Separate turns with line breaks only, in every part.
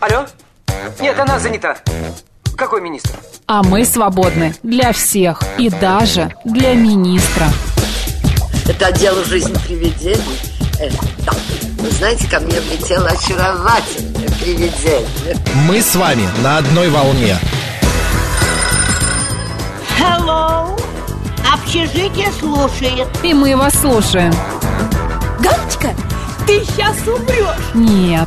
Алло? Нет, она занята. Какой министр?
А мы свободны для всех и даже для министра.
Это отдел жизни привидений. Э, да. Вы знаете, ко мне влетело очаровательное привидение.
Мы с вами на одной волне.
Hello! Общежитие слушает.
И мы вас слушаем.
Галочка, ты сейчас умрешь.
Нет,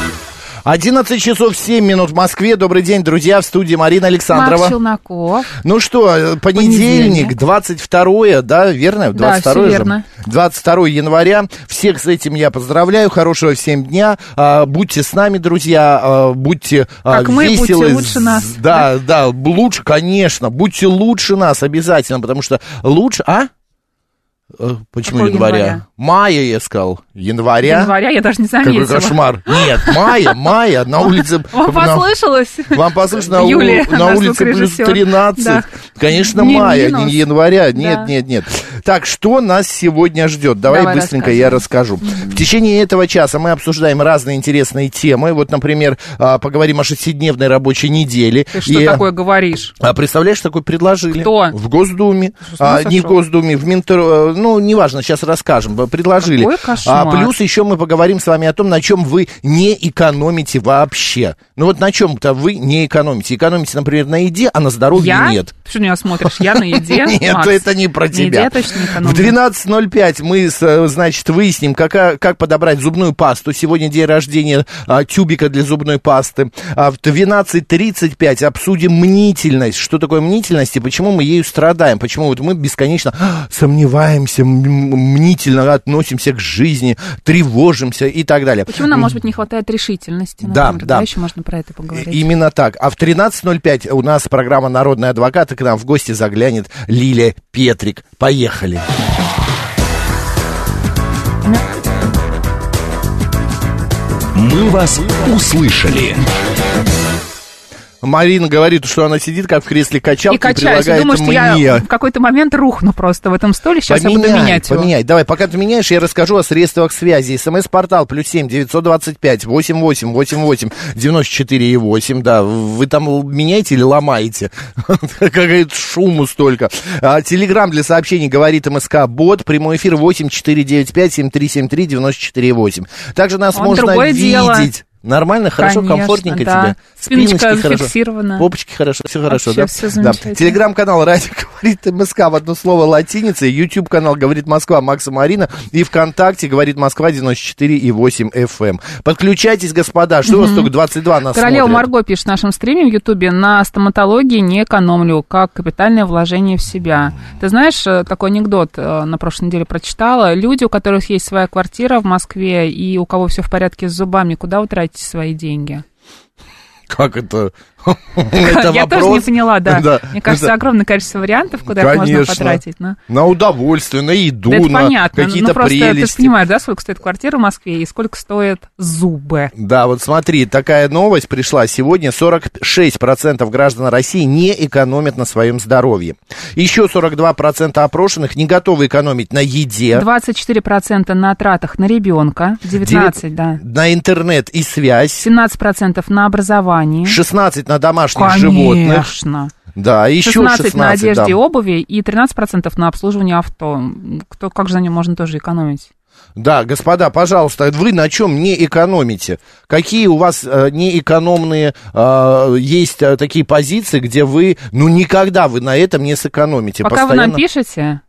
11 часов 7 минут в Москве. Добрый день, друзья, в студии Марина
Марк
Александрова.
Челноков.
Ну что, понедельник,
Понедельник.
22 да, верно?
Да,
22
всё
же?
верно.
22 января. Всех с этим я поздравляю. Хорошего всем дня. А, будьте с нами, друзья. а, будьте а,
Как мы, будьте
веселы.
лучше нас.
Да, да, лучше, конечно. Будьте лучше нас обязательно, потому что лучше... А? Э, Почему
Какого
января?
января?
Мая, я сказал. Января?
Января я даже не
Какой
заметила.
кошмар. Нет, мая, мая, на улице...
Вам
на-
послышалось?
вам послышно, на, у-
Юлия,
на
наш
улице плюс
звукорежиссер.
13.
Да.
Конечно,
Не
мая,
минус.
не января. Нет,
Да.
нет, нет. Так, что нас сегодня ждет? Давай,
Давай
быстренько я расскажу. В течение этого часа мы обсуждаем разные интересные темы. Вот, например, а, поговорим о шестидневной рабочей неделе.
Ты что
И,
такое говоришь?
а представляешь, такой предложили?
Кто?
В Госдуме.
Что, с ума
А, не в
сошел?
Госдуме, в Минтр... э, Ну, неважно, сейчас расскажем. Б- Предложили.
Какой кошмар.
А плюс еще мы поговорим с вами о том, на чем вы не экономите вообще. Ну вот на чем-то вы не экономите. Экономите, например, на еде, а на здоровье
Я?
нет.
Ты Что на меня смотришь? Я на еде,
Нет,
Макс.
это не про
На
тебя.
еде точно не экономлю.
В 12.05 мы, с, э, значит, выясним, как, как подобрать зубную пасту. Сегодня день рождения а, тюбика для зубной пасты. А в 12.35 обсудим мнительность. Что такое мнительность и почему мы ею страдаем? Почему вот мы бесконечно «А, сомневаемся, м- м- мнительно относимся к жизни, тревожимся и так далее.
Почему нам, может быть, не хватает решительности?
Да,
например?
да.
еще можно про это поговорить.
Именно так. А в 13.05 у нас программа «Народный адвокат», и к нам в гости заглянет Лилия Петрик. Поехали.
«Мы вас услышали».
Марина говорит, что она сидит как в кресле качалки
И
и,
качаюсь.
предлагает
Думаю, что
мне.
я в какой-то момент рухну просто в этом столе. Сейчас я буду менять его.
поменяй. Давай, пока ты меняешь, я расскажу о средствах связи. СМС-портал плюс семь девятьсот двадцать пять восемь восемь восемь восемь девяносто четыре и восемь. Да, вы там меняете или ломаете? Какая-то шуму столько. А, Телеграм для сообщений говорит МСК Бот. Прямой эфир восемь четыре девять пять семь три семь три девяносто четыре и восемь. Также нас
Вот
можно
другое дело.
видеть. Нормально, хорошо,
Конечно,
комфортненько
да.
тебе.
Спиночка
хорошо.
зафиксирована.
Попочки хорошо, все хорошо,
Вообще
да?
всё
да?
замечательно.
Телеграм-канал «Радио говорит МСК» в одно слово латиница, YouTube-канал «Говорит Москва» Макса Марина и ВКонтакте «Говорит Москва» 94,8 FM. эм. Подключайтесь, господа, что у вас только 22 нас
Королева
смотрят?
Марго пишет в нашем стриме в Ютубе «На стоматологии не экономлю, как капитальное вложение в себя». Ты знаешь, э, такой анекдот э, на прошлой неделе прочитала. Люди, у которых есть своя квартира в Москве и у кого все в порядке с зубами, куда вы тратите свои деньги?
Как это? Это
Я тоже не
вопрос.
поняла, да. Мне кажется,
это-
огромное количество вариантов, куда их можно
Конечно.
потратить. но-
На удовольствие, на еду,
Да это
на
понятно. Ну
какие-то
просто ты же
прелести.
понимаешь, да, сколько стоит квартира в Москве и сколько стоят зубы.
Да, вот смотри, такая новость пришла сегодня. 46% граждан России не экономят на своем здоровье. Еще 42% опрошенных не готовы экономить на еде.
24% на тратах на ребенка, 19, да.
на интернет и связь,
17% на образование.
16 на домашних животных,
Конечно.
да, еще 16,
16, на одежде и
да.
обуви и 13% на обслуживание авто. Кто, как же на нем можно тоже экономить?
Да, господа, пожалуйста, вы на чем не экономите? Какие у вас э, неэкономные э, есть э, такие позиции, где вы, ну никогда вы на этом не сэкономите?
Пока вы нам пишете,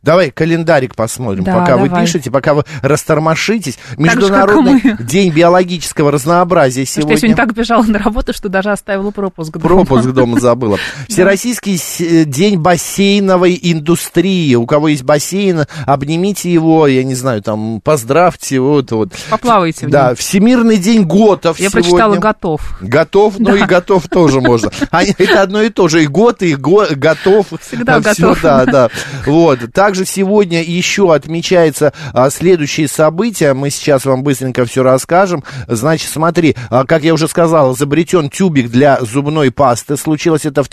Давай календарик посмотрим,
Да,
пока вы
давай.
пишете, пока вы растормошитесь.
же, как и
Международный
мы.
день биологического разнообразия
потому что я
сегодня.
сегодня так бежала на работу, что даже оставила пропуск. дома.
Пропуск дома забыла. Всероссийский с- э, день бассейновой индустрии. У кого есть бассейн, обнимите его, я не знаю, там, поздравьте, вот, вот.
Поплавайте в
Да,
нем.
Всемирный день готов
Я
сегодня.
прочитала «Готов».
Готов, ну и готов тоже можно. А это одно и то же. И год, и го- готов.
Всегда
Всё,
готов.
да, да. Вот. Также сегодня еще отмечается а, следующее событие. Мы сейчас вам быстренько все расскажем. Значит, смотри, а, как я уже сказал, изобретен тюбик для зубной пасты. Случилось это в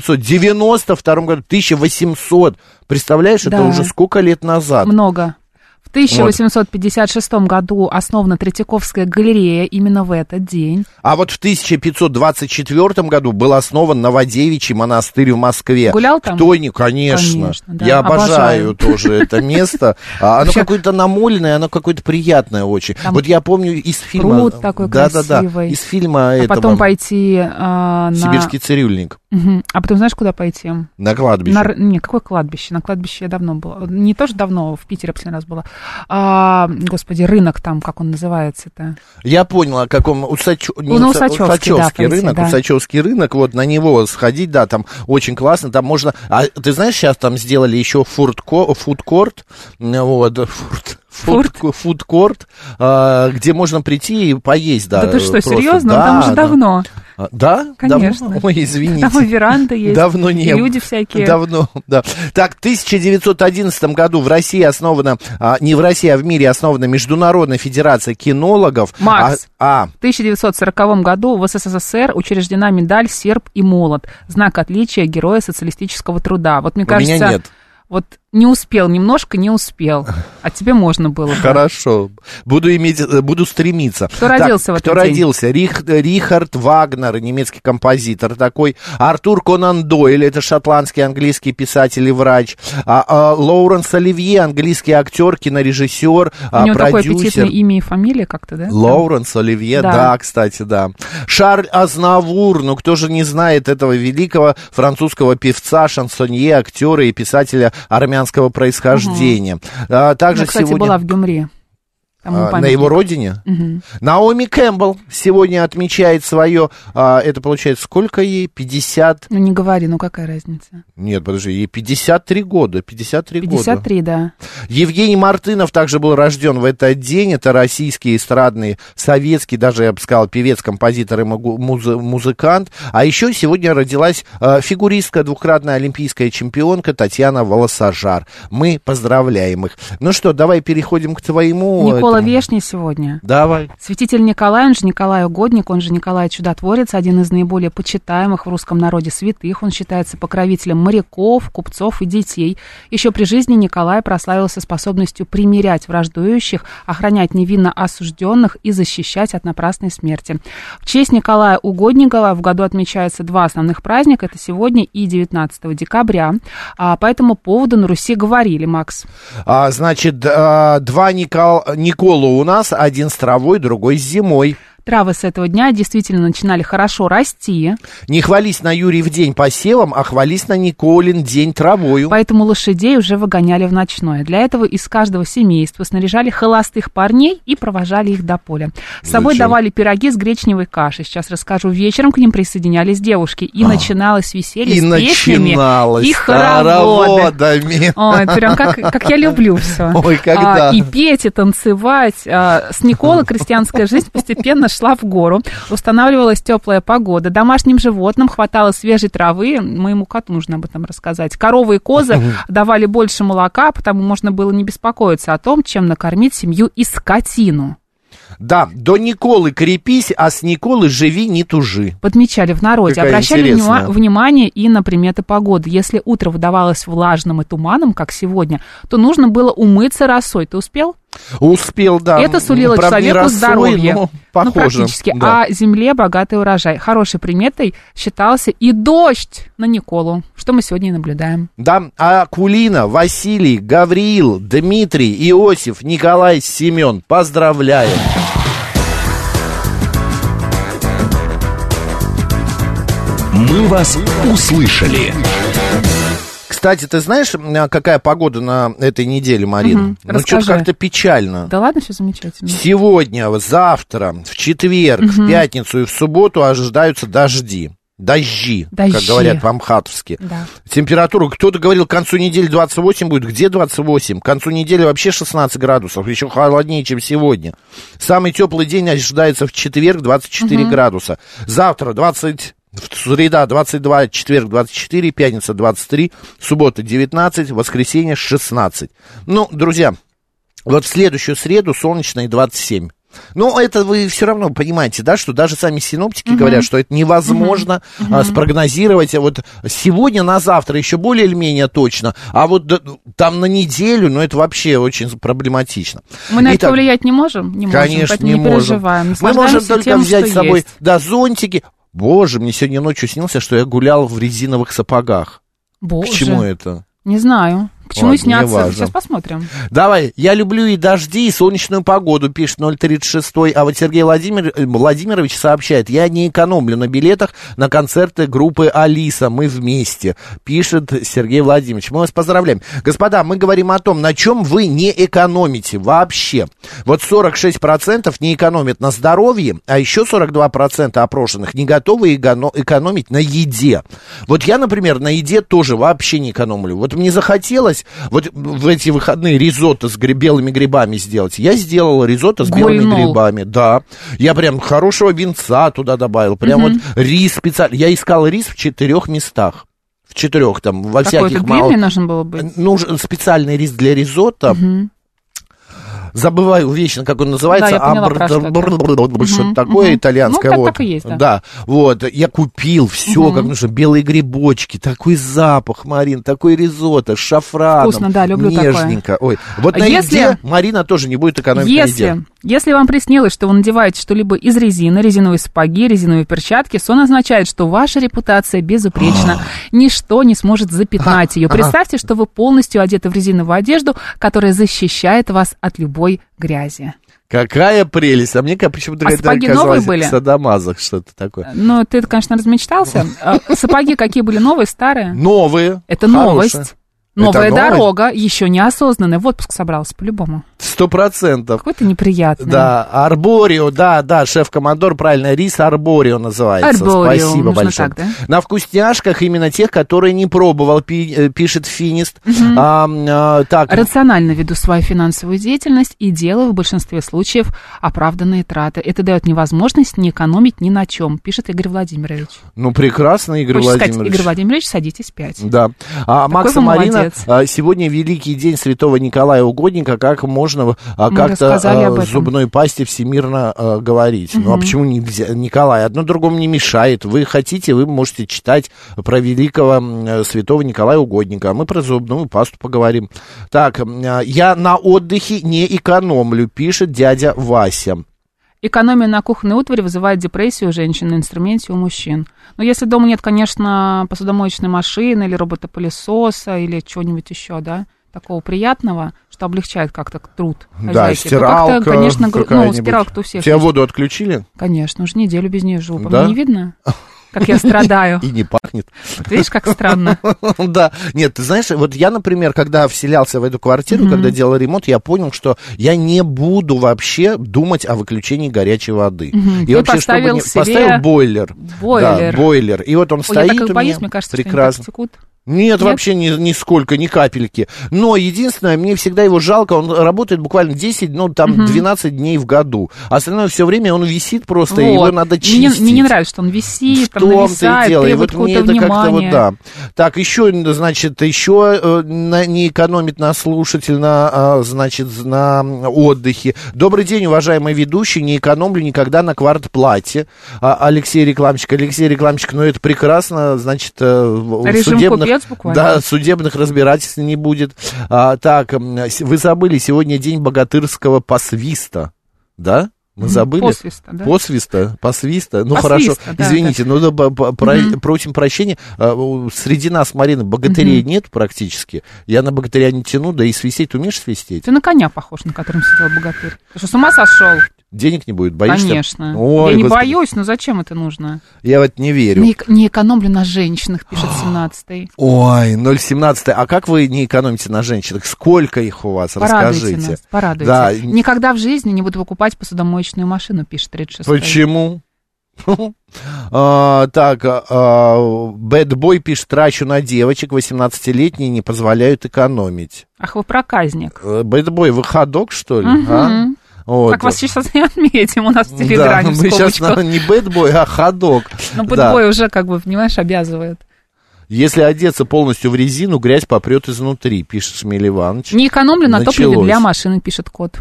1892 году. 1800. Представляешь, это
Да.
уже сколько лет назад?
Много. В 1856 году основана Третьяковская галерея именно в этот день.
А вот в 1524 году был основан Новодевичий монастырь в Москве.
Гулял там?
Кто не, конечно.
Конечно, да,
Я обожаю,
обожаю.
тоже это место. А Оно
Вообще-
какое-то намоленное, оно какое-то приятное очень.
Там
Вот я помню из фильма...
пруд такой
Да-да-да,
красивый.
из фильма
А
этого...
потом пойти а, на...
Сибирский цирюльник
Мгм. А потом знаешь, куда пойти?
на кладбище.
На... р- Не, какое кладбище? На кладбище я давно была. Не тоже давно, в Питере последний раз была. А, господи, рынок там, как он называется-то?
Я понял, о каком Усачо- не
Ну,
Уса-
Усачевский, да,
Усачевский
пойти,
рынок,
да.
Усачевский рынок, вот на него сходить, да, там очень классно, там можно, а ты знаешь, сейчас там сделали еще фуртко, фудкорт, м, вот, фурт,
Фурт?
фудко- фудкорт, а, где можно прийти и поесть, да.
Да, ты что,
Э, просто.
серьезно?
Да,
Он там уже
да.
давно.
А, Да?
Конечно.
Давно? Ой, извините.
Там и веранда есть.
Давно не
и
был.
люди всякие.
Давно, да. Так, в 1911 году в России основана, а, не в России, а в мире основана Международная Федерация кинологов.
Макс.
А, а,
В 1940 году в СССР учреждена медаль «Серб и молот», знак отличия героя социалистического труда. Вот мне
У меня
кажется,
нет.
вот не успел, немножко не успел, а тебе можно было. бы.
Хорошо. Буду иметь, э, буду стремиться.
Кто
Так,
родился в этот
Кто
день?
родился? Рих- Рихард Вагнер, немецкий композитор такой. Артур Конан Дойль, это шотландский английский писатель и врач. А, а, Лоуренс Оливье, английский актер, кинорежиссер, а,
У него такое
продюсер.
аппетитное имя и фамилия как-то, да?
Лоуренс Оливье,
Да.
да. кстати, да. Шарль Азнавур, ну кто же не знает этого великого французского певца, шансонье, актера и писателя армянского происхождения. А, также
Я, Ну, кстати,
сегодня...
была в Гюмри. Там ему
А, на
памятник.
его родине. Наоми Кэмпбелл сегодня отмечает свое, а, это получается сколько ей? 50,
Ну не говори, ну какая разница?
нет, подожди, ей 53 года, 53, года.
53, да.
Евгений Мартынов также был рожден в этот день, это российский эстрадный, советский, даже, я бы сказал, певец, композитор и могу- музы- музыкант. А еще сегодня родилась э, фигуристка, двукратная олимпийская чемпионка Татьяна Волосожар. Мы поздравляем их. Ну что, давай переходим к твоему...
Никола
этому.
Вешний сегодня.
Давай.
Святитель Николай, он же Николай Угодник, он же Николай Чудотворец, один из наиболее почитаемых в русском народе святых. Он считается покровителем моряков, купцов и детей. Еще при жизни Николай прославился способностью примирять враждующих, охранять невинно осужденных и защищать от напрасной смерти. В честь Николая Угодникова в году отмечается два основных праздника. Это сегодня и 19 декабря. А по этому поводу на Руси говорили, Макс.
А, значит, а, два Никол... Никола у нас, один с травой, другой с зимой.
Травы с этого дня действительно начинали хорошо расти.
Не хвались на Юрий в день посевом, а хвались на Николин день травою.
Поэтому лошадей уже выгоняли в ночное. Для этого из каждого семейства снаряжали холостых парней и провожали их до поля. С собой
Зачем?
давали пироги с гречневой кашей. Сейчас расскажу. Вечером к ним присоединялись девушки. И начиналось веселье
А. И
с песнями
начиналось А,
и хороводы.
хороводами.
Ой, это прям как, как я люблю все.
Ой, когда?
и петь, и танцевать. А, с Николы крестьянская жизнь постепенно шла в гору. Устанавливалась теплая погода. Домашним животным хватало свежей травы. Моему коту нужно об этом рассказать. Коровы и козы давали больше молока, потому можно было не беспокоиться о том, чем накормить семью и скотину.
Да, до Николы крепись, а с Николы живи, не тужи.
подмечали в народе,
Какая
обращали
интересная.
внима- внимание и на приметы погоды. Если утро выдавалось влажным и туманом, как сегодня, то нужно было умыться росой. Ты успел?
Успел, да.
Это сулило
Правда, не
человеку
росой,
здоровье.
но
ну,
похоже.
практически.
да.
А земле богатый урожай. Хорошей приметой считался и дождь на Николу, что мы сегодня и наблюдаем.
Да, а Акулина, Василий, Гавриил, Дмитрий, Иосиф, Николай, Семен. Поздравляем.
«Мы вас услышали».
Кстати, ты знаешь, м, а, какая погода на этой неделе, Марина?
Мгм,
ну, что-то
расскажи.
как-то печально.
Да ладно, все замечательно.
Сегодня, в- завтра, в четверг, в пятницу и в субботу ожидаются дожди. Дожди, как
Дожди.
говорят по-амхатовски.
Да.
Температура, кто-то говорил, к концу недели 28 будет. Где 28? К концу недели вообще 16 градусов, еще холоднее, чем сегодня. Самый теплый день ожидается в четверг 24 градуса. Завтра 20... Среда 22, четверг 24, пятница 23, суббота 19, воскресенье 16. Ну, друзья, вот в следующую среду солнечная 27. Ну, это вы все равно понимаете, да, что даже сами синоптики говорят, что это невозможно а, спрогнозировать. А Вот сегодня на завтра еще более или менее точно, а вот д- там на неделю, ну, это вообще очень проблематично.
Мы на это
Итак,
повлиять не можем? Не можем,
Конечно,
поэтому
не,
переживаем.
можем. Мы можем
Наслаждаемся
только
тем,
взять
что
с собой,
есть.
да, зонтики. Боже, мне сегодня ночью снился, что я гулял в резиновых сапогах.
Боже,
К чему это?
Не знаю. К чему
Ладно,
снятся?
неважно.
Сейчас посмотрим.
Давай, я люблю и дожди, и солнечную погоду, пишет 036. А вот Сергей Владимир, э, Владимирович сообщает, я не экономлю на билетах на концерты группы Алиса, мы вместе, пишет Сергей Владимирович. Мы вас поздравляем. Господа, мы говорим о том, на чем вы не экономите вообще. Вот 46% не экономят на здоровье, а еще 42% опрошенных не готовы эго- экономить на еде. Вот я, например, на еде тоже вообще не экономлю. Вот мне захотелось вот в эти выходные ризотто с гри- белыми грибами сделать. Я сделал ризотто с белыми
Гульнул.
грибами, да. Я прям хорошего винца туда добавил, прям вот рис специально. Я искал рис в четырех местах. В четырех там, во
Какой-то
всяких
длинный
мало...
нужен было быть.
Э, Нужен специальный рис для ризотто. Забываю вечно, как он называется.
Да, я поняла,
Абр-
про что это.
бр-
Мгм,
Что-то такое
мгм.
итальянское.
Ну, так-
вот.
так и есть, да.
вот. Я купил все, как нужно. Белые грибочки, такой запах, Марин, такой ризотто, с шафраном.
Вкусно, да, люблю такое.
Нежненько. Ой, вот на
Если-
еде Марина тоже не будет экономить на еде.
Если, если вам приснилось, что вы надеваете что-либо из резины, резиновые сапоги, резиновые перчатки, сон означает, что ваша репутация безупречна. Ничто не сможет запятнать ее. Представьте, что вы полностью одеты в резиновую одежду, которая защищает вас от любой грязи.
Какая прелесть. А мне как- почему-то
А
какая-то
сапоги новые
казалось,
были?
садомазах что-то такое.
Ну, ты, конечно, размечтался. А Сапоги какие были новые, старые?
Новые.
Это
хорошие.
новость. Новая
Ну, новость?
дорога, еще неосознанная. В отпуск собрался, по-любому.
Сто процентов.
Какой-то неприятный.
Да, Арборио, да, да, шеф-командор, правильно, рис Арборио называется.
Арборио,
Спасибо
нужно
большое.
так, да?
На вкусняшках именно тех, которые не пробовал, пи- э, пишет Финист. А, м, а, так,
Рационально веду свою финансовую деятельность и делаю в большинстве случаев оправданные траты. Это дает мне возможность не экономить ни на чем, пишет Игорь Владимирович.
ну прекрасно, Игорь
Хочешь сказать,
Владимирович.
Игорь Владимирович, садитесь пять.
Да. А Макса
вы
Марина,
молодец.
а, сегодня великий день святого Николая Угодника, как можно а,
Мы
как-то
рассказали
а,
об этом.
зубной пасте всемирно а, говорить. Ну а почему не взя- Николай? Одно другому не мешает. Вы хотите, вы можете читать про великого м, э, святого Николая Угодника, а мы про зубную пасту поговорим. Так, м, а, я на отдыхе не экономлю, пишет дядя Вася.
Экономия на кухонной утвари вызывает депрессию у женщин, на инструменте у мужчин. Но если дома нет, конечно, посудомоечной машины или робота-пылесоса или чего-нибудь еще, да, такого приятного, что облегчает как-то труд
Да,
хозяйки, то ну как-то,
стиралка
конечно, гру- ну,
какая-нибудь.
стиралка-то у всех
Тебя
есть.
воду отключили
Конечно, уже неделю без нее живу. По
Да?
мне не видно, как я страдаю.
и не пахнет.
Ты Видишь, как странно.
Да, нет, ты знаешь, вот я, например, когда вселялся в эту квартиру, когда делал ремонт, я понял, что я не буду вообще думать о выключении горячей воды. И
Ты
вообще, чтобы
Ну, поставил
не-
себе
поставил бойлер.
бойлер.
Да, бойлер. И вот он
Ой, я
стоит
так
у
их боюсь,
меня.
мне кажется,
Прекрасно.
что они так текут.
Нет,
Нет?
вообще ни, нисколько, ни капельки. Но единственное, мне всегда его жалко, он работает буквально 10, ну там 12 дней в году. А Остальное все время он висит просто, и его
Вот.
надо
Мне-
чистить.
Мне не нравится, что он висит,
в
там
том-то и
нависает,
дело. И
требует
вот мне
какого-то
это как-то вот,
внимания.
да. Так, еще, значит, еще э, на- не экономит на слушатель, на, а, значит, на отдыхе. Добрый день, уважаемый ведущий. Не экономлю никогда на квартплате. А, Алексей Рекламщик. Алексей Рекламщик, ну это прекрасно, значит, э, в- в
Режим
судебных...
купец буквально.
Да, судебных разбирательств не будет. А, так, м, вы забыли, сегодня день богатырского посвиста, да? Мы забыли?
Посвиста, да.
Посвиста, посвиста. Ну
Посвиста,
хорошо,
да,
извините, но да, бо- бо- про- просим прощения. А, у- Среди нас, Марина, богатырей нет практически. Я на богатыря не тяну, да и свистеть ты умеешь свистеть?
Ты на коня похож, на котором сидел богатырь. Ты что, с ума сошел?
Денег не будет, боишься?
Конечно.
Ой,
я не
господи,
боюсь, но зачем это нужно?
Я в это не верю.
Не, эк- не экономлю на женщинах, пишет
А,
17-й.
Ой, 0,17. А как вы не экономите на женщинах? Сколько их у вас?
Порадуйте
Расскажите.
нас, порадуйте.
Да.
Никогда в жизни не буду покупать посудомоечную машину, пишет 36-й.
Почему? А, так, а, бэтбой пишет, трачу на девочек, 18-летние не позволяют экономить.
Ах, вы проказник.
Бэтбой, вы ходок, что ли? а?
Мгм.
Вот.
Как вас сейчас не отметим у нас в
Да,
Телеграме, в
мы сейчас
скобочках.
не бэтбой, а ходок.
Ну,
Да.
подбой уже, как бы, понимаешь, обязывает.
Если одеться полностью в резину, грязь попрет изнутри, пишет Шмель Иванович.
Не экономлю на топливе
Началось.
для машины, пишет кот.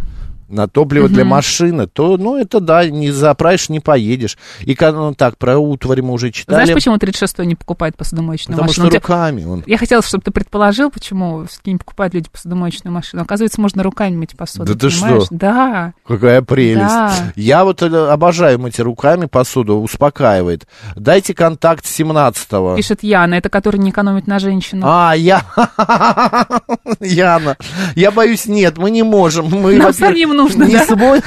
На топливо для машины, то, ну, это да, не заправишь, не поедешь. И, кон- ну, так, про утварь мы уже читали.
Знаешь, почему 36-й не покупает посудомоечную
Потому
машину?
что
У тебя-
руками он.
Я хотела, чтобы ты предположил, почему всё-таки не покупают люди посудомоечную машину. Оказывается, можно руками мыть посуду.
Да ты что?
понимаешь? Да.
Какая прелесть.
Да.
Я вот э, обожаю мыть руками посуду, успокаивает. Дайте контакт 17-го.
Пишет Яна, это который не экономит на женщину.
А, я... Яна, я боюсь, нет, мы не можем. Мы,
Нам
во-первых,
самим нужно,
не
да?
смо-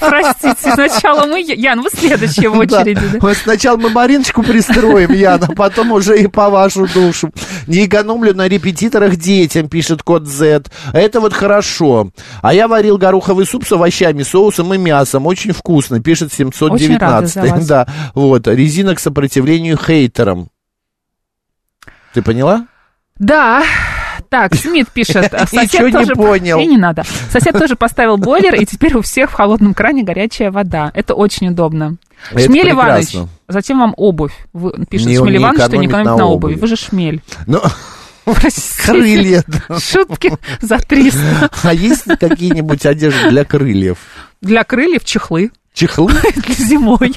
Простите, сначала мы... Ян, вы следующие в
Да.
очереди. да?
Вот сначала мы Мариночку пристроим, Яна, потом уже и по вашу душу. Не экономлю на репетиторах детям, пишет кот Z. Это вот хорошо. А я варил гороховый суп с овощами, соусом и мясом. Очень вкусно, пишет
Очень рада
719.
за вас.
Да, вот. Резина к сопротивлению хейтерам. Ты поняла?
Да. Так, Смит пишет. а
Ничего
Сосед
не
тоже...
понял.
И не надо. Сосед тоже поставил бойлер, и теперь у всех в холодном кране горячая вода. Это очень удобно.
Это
шмель
прекрасно.
Иванович, зачем вам обувь? Вы, пишет
Не-
Шмель
не
Иванович, что не
экономит
экономит
на
на, обуви.
обуви.
Вы же шмель.
Ну,
Простите.
крылья.
Шутки за 300.
А есть ли какие-нибудь одежды для крыльев?
Для крыльев чехлы.
Чехлы?
Для зимой.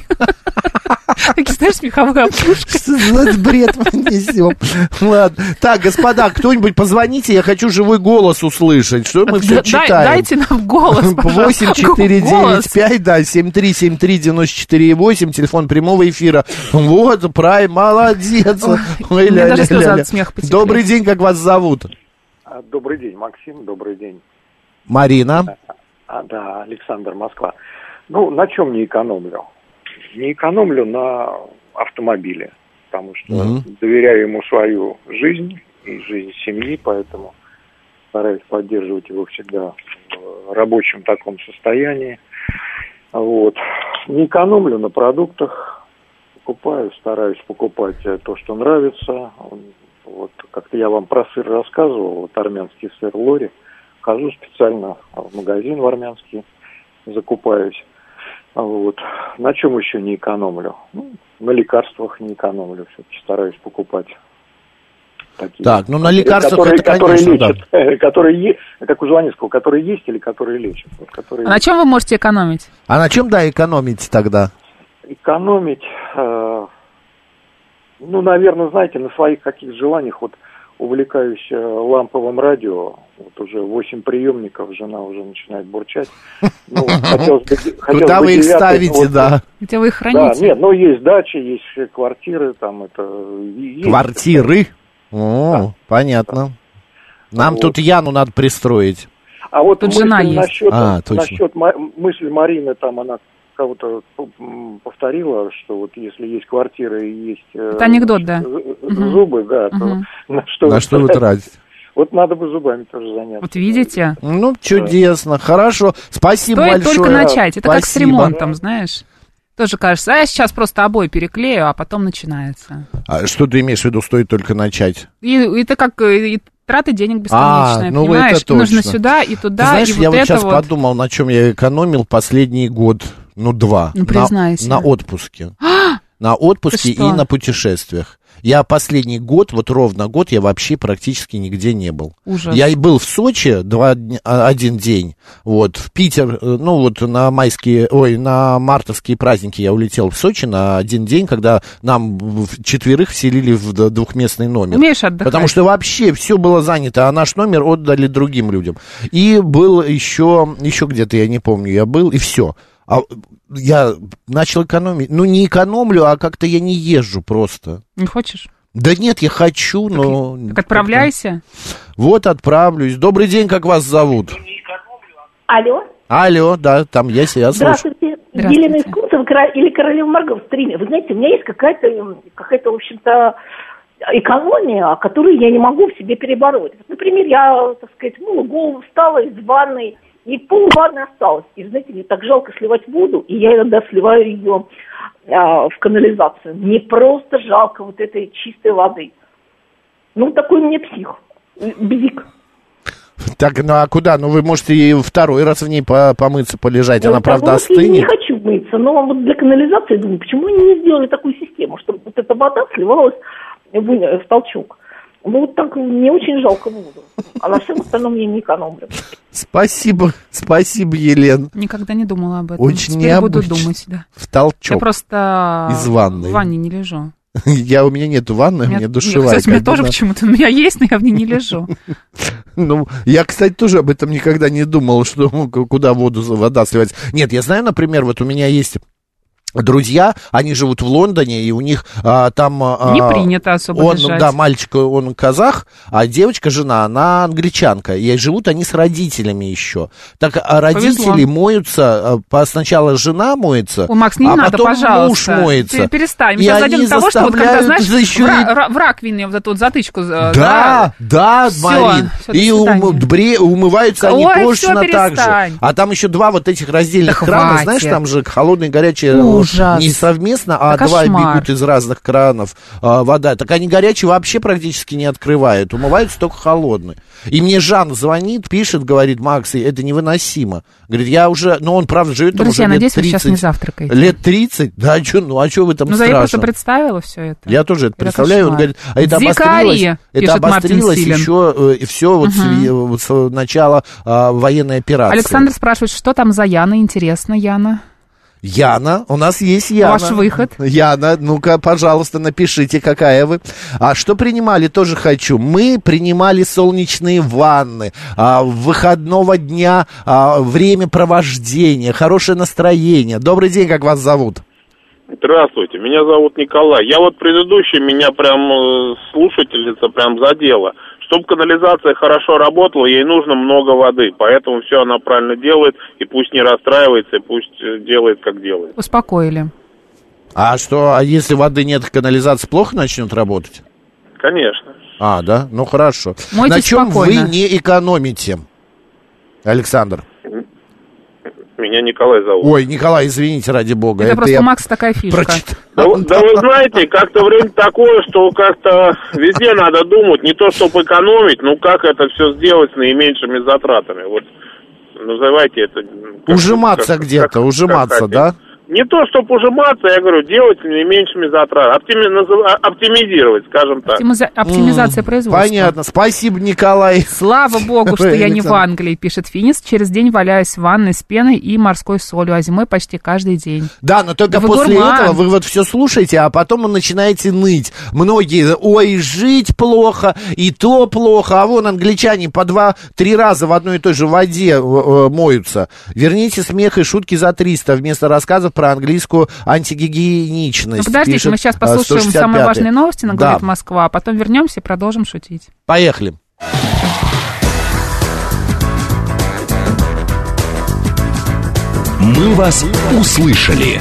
Такие, знаешь, с меховой обушкой.
Что за бред мы несем? Ладно. Так, господа, кто-нибудь позвоните, я хочу живой голос услышать. Что мы все
Дай-
читаем?
Дайте нам голос, пожалуйста.
8 4
Голос.
9 5, да, 7 3 7 3 94 8, телефон прямого эфира. Вот, прай, молодец. Ой,
меня
ля-
даже
ля-
слезы
ля-
от
ля.
смеха потекли.
Добрый день, как вас зовут?
А, Добрый день, Максим, добрый день.
Марина.
А, да, Александр, Москва. Ну, на чем не экономлю? Не экономлю на автомобиле, потому что
Мгм.
доверяю ему свою жизнь и жизнь семьи, поэтому стараюсь поддерживать его всегда в рабочем таком состоянии. Вот. Не экономлю на продуктах, покупаю, стараюсь покупать э, то, что нравится. Вот как-то я вам про сыр рассказывал, вот армянский сыр лори. Хожу специально в магазин в армянский, закупаюсь. Вот. На чем еще не экономлю? Ну, на лекарствах не экономлю, все-таки стараюсь покупать. Такие,
Так, ну на лекарствах
которые,
это,
которые
конечно, да.
лечат, э, которые е- как у Жванецкого, которые есть или которые лечат, Вот которые
А на чем вы можете экономить?
А на чем, да, экономить тогда?
экономить, э, ну, наверное, знаете, на своих каких желаниях, вот увлекаюсь э, ламповым радио, вот уже 8 приемников, жена уже начинает бурчать. Ну, хотелось бы, хотелось
Куда
бы
вы их
девятый,
ставите,
вот, э,
да?
Где вы их
Да,
храните?
нет, ну, есть дачи, есть э, квартиры, там это... и- есть.
Квартиры. О, понятно. Нам
Вот.
тут Яну надо пристроить.
А вот
Тут
мысль
жена есть.
насчет,
А, точно.
насчет Ма- мысли Марины, там она кого-то м, повторила, что вот если есть квартира и есть... э,
Это анекдот, да.
з- з- Зубы, да, то
Мгм.
на что,
На что вы тратите?
Вот надо бы зубами тоже заняться.
Вот видите?
Ну, чудесно, хорошо. Спасибо
Стоит
большое.
только начать. Это как с
Спасибо.
ремонтом, знаешь. Тоже кажется, а я сейчас просто обои переклею, а потом начинается.
А что ты имеешь в виду, стоит только начать?
И и это как э, и траты денег
А,
бесконечные,
ну это
понимаешь? Нужно
точно.
сюда и туда,
Ты знаешь,
и вот
я вот
это
сейчас
вот.
подумал, на чем я экономил последний год, ну, два.
Ну,
На-
признайся.
На, отпуске. на отпуске
Ты что?
и на путешествиях. Я последний год, вот ровно год, я вообще практически нигде не был.
Ужас.
Я и был в Сочи два, дня- а, один день, вот, в Питер, э, ну, вот на майские, ой, на мартовские праздники я улетел в Сочи на один день, когда нам в- четверых вселили в д- двухместный номер.
Умеешь отдыхать?
Потому что вообще все было занято, а наш номер отдали другим людям. И был еще, еще где-то, я не помню, я был, и все. А я начал экономить. Ну, не экономлю, а как-то я не езжу просто.
Не хочешь?
Да нет, я хочу, но...
Так отправляйся.
Вот отправлюсь. Добрый день, как вас зовут?
Алло,
Алло, да, там я себя слышу.
здравствуйте.
Здравствуйте.
Елена Искунцева кра- или Королева Марго в стриме. Вы знаете, у меня есть какая-то, м, какая-то в общем-то, экономия, которую я не могу в себе перебороть. Вот, Например, я, так сказать, мыла голову, встала из ванной, и пол ванны осталось. И, знаете, мне так жалко сливать воду, и я иногда сливаю ее а, в канализацию. Мне просто жалко вот этой чистой воды. Ну, такой у меня псих, бзик.
Так, ну а куда? Ну вы можете и второй раз в ней по- помыться, полежать. Она,
Вот,
правда,
а вот я не
остынет.
хочу мыться, но вот для канализации, думаю, почему они не сделали такую систему, чтобы вот эта вода сливалась в, в толчок. Ну, вот так мне очень жалко воду. А на всем остальном я не экономлю.
Спасибо, спасибо, Елен.
Никогда не думала об этом.
Очень
Теперь буду
необычно.
думать, да.
В
Я
толчок.
просто
Из ванной.
в ванне не лежу.
Я, у меня нету ванны, у меня душевая.
Кстати, у меня
как бы,
тоже
да.
почему-то. У меня есть, но я в ней не лежу.
Ну, я, кстати, тоже об этом никогда не думал, что ну, к- куда воду, за- вода сливается. Нет, я знаю, например, вот у меня есть друзья, они живут в Лондоне, и у них а, там... а,
Не принято особо
он,
лежать.
да, мальчик, он казах, а девочка, жена, она англичанка. И живут они с родителями еще. Так а родители
Повезло.
моются, а, по- сначала жена моется,
Ой, Макс, не
а
надо,
потом
пожалуйста.
муж моется.
Пе- Перестань. Мы
И
сейчас
они
дойдем до того, что вот когда,
заставляют
знаешь,
за еще
в, ра-
и-
ра- в раковине вот эту вот затычку... э,
да, да,
Всё,
Марин.
всё, до
и ум-
свидания.
бре- умываются они
Ой,
точно
всё,
так
перестань.
же. А там еще два вот этих раздельных
Да
крана.
хватит.
Знаешь, там же холодный и горячий э,
Ужас.
не совместно, а
Да
два
кошмар.
бегут из разных кранов а, вода. Так они горячий вообще практически не открывают. Умываются только холодный. И мне Жан звонит, пишет, говорит, Макс, и это невыносимо. Говорит, я уже... Ну, он, правда, живет там
Друзья,
уже лет
надеюсь, вы
30.
сейчас не завтракаете.
Лет 30? Да, а чё, ну а что в этом
Ну, за я
страшного?
просто представила все это.
Я тоже это
Это
представляю. Он
кошмар.
говорит, а это
Дикари,
обострилось, это
пишет
обострилось
Мартин Силин.
еще э, все вот с ви- вот с э, начала а, военной операции.
Александр спрашивает, что там за Яна? Интересно, Яна.
Яна, у нас есть Яна.
Ваш выход.
Яна, ну-ка, пожалуйста, напишите, какая вы. А что принимали, тоже хочу. Мы принимали солнечные ванны, а, выходного дня, а, время провождения, хорошее настроение. Добрый день, как вас зовут?
Здравствуйте, меня зовут Николай. Я вот предыдущий, меня прям э, слушательница прям задела. Чтобы канализация хорошо работала, ей нужно много воды. Поэтому все она правильно делает, и пусть не расстраивается, и пусть э, делает, как делает.
Успокоили.
А что, а если воды нет, канализация плохо начнет работать?
Конечно.
А, да? Ну хорошо.
Мойтесь
На чем
спокойно.
вы не экономите? Александр.
Меня Николай зовут.
Ой, Николай, извините, ради бога.
Это просто
я
у Макса такая фишка.
прочитал.
Да, вы- да вы знаете, как-то время такое, что как-то везде надо думать, не то чтобы экономить, ну как это все сделать с наименьшими затратами. Вот называйте это. м, как-
Ужиматься
как-
где-то,
как- как
ужиматься,
хотите.
да?
Не то чтобы ужиматься, я говорю, делать с наименьшими затратами, Оптими- называ- а, оптимизировать, скажем так.
Оптимиза- Оптимизация производства.
Понятно. Спасибо, Николай.
Слава богу, что я не в
Александр.
Англии, пишет Финис. Через день валяюсь в ванной с пеной и морской солью, а зимой почти каждый день. Ну,
Да, но только
Да вы
после
гурман.
этого вы вот все слушаете, а потом вы начинаете ныть. Многие, ой, жить плохо, и то плохо, а вон англичане по два-три раза в одной и той же воде э, э, моются. Верните смех и шутки за 300 вместо рассказов про английскую антигигиеничность.
Ну, подождите,
пишет,
мы сейчас
э,
послушаем
165-й.
самые важные новости, на
Да,
говорит Москва, а потом вернемся и продолжим шутить.
поехали.
«Мы вас услышали».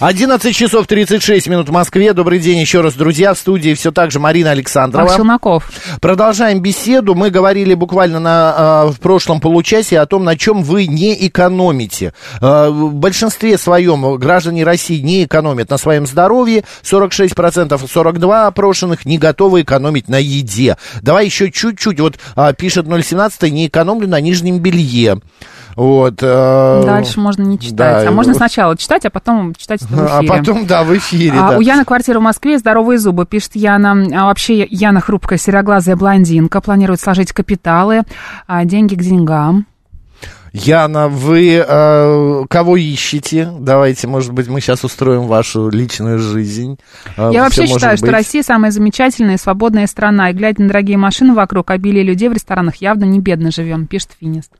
11 часов 36 минут в Москве. Добрый день еще раз, друзья. В студии все так же Марина Александрова.
Марк Челноков.
Продолжаем беседу. Мы говорили буквально на, э, в прошлом получасе о том, на чем вы не экономите. Э, в большинстве своем граждане России не экономят на своем здоровье. 46%, 42% опрошенных не готовы экономить на еде. Давай еще чуть-чуть. Вот э, пишет 017, не экономлю на нижнем белье. Вот. э,
Дальше можно не читать.
да,
а можно
э,
сначала читать, а потом читать это в
А
эфире.
потом, да, в эфире,
А,
да.
У Яны квартира в Москве, здоровые зубы, пишет Яна. А вообще Яна хрупкая, сероглазая блондинка, планирует сложить капиталы, а, деньги к деньгам.
Яна, вы э, кого ищете? Давайте, может быть, мы сейчас устроим вашу личную жизнь. Э,
Я
всё
вообще
может
считаю, что
быть.
Россия самая замечательная и свободная страна. И глядя на дорогие машины вокруг, обилие людей в ресторанах, явно не бедно живем, пишет Финист.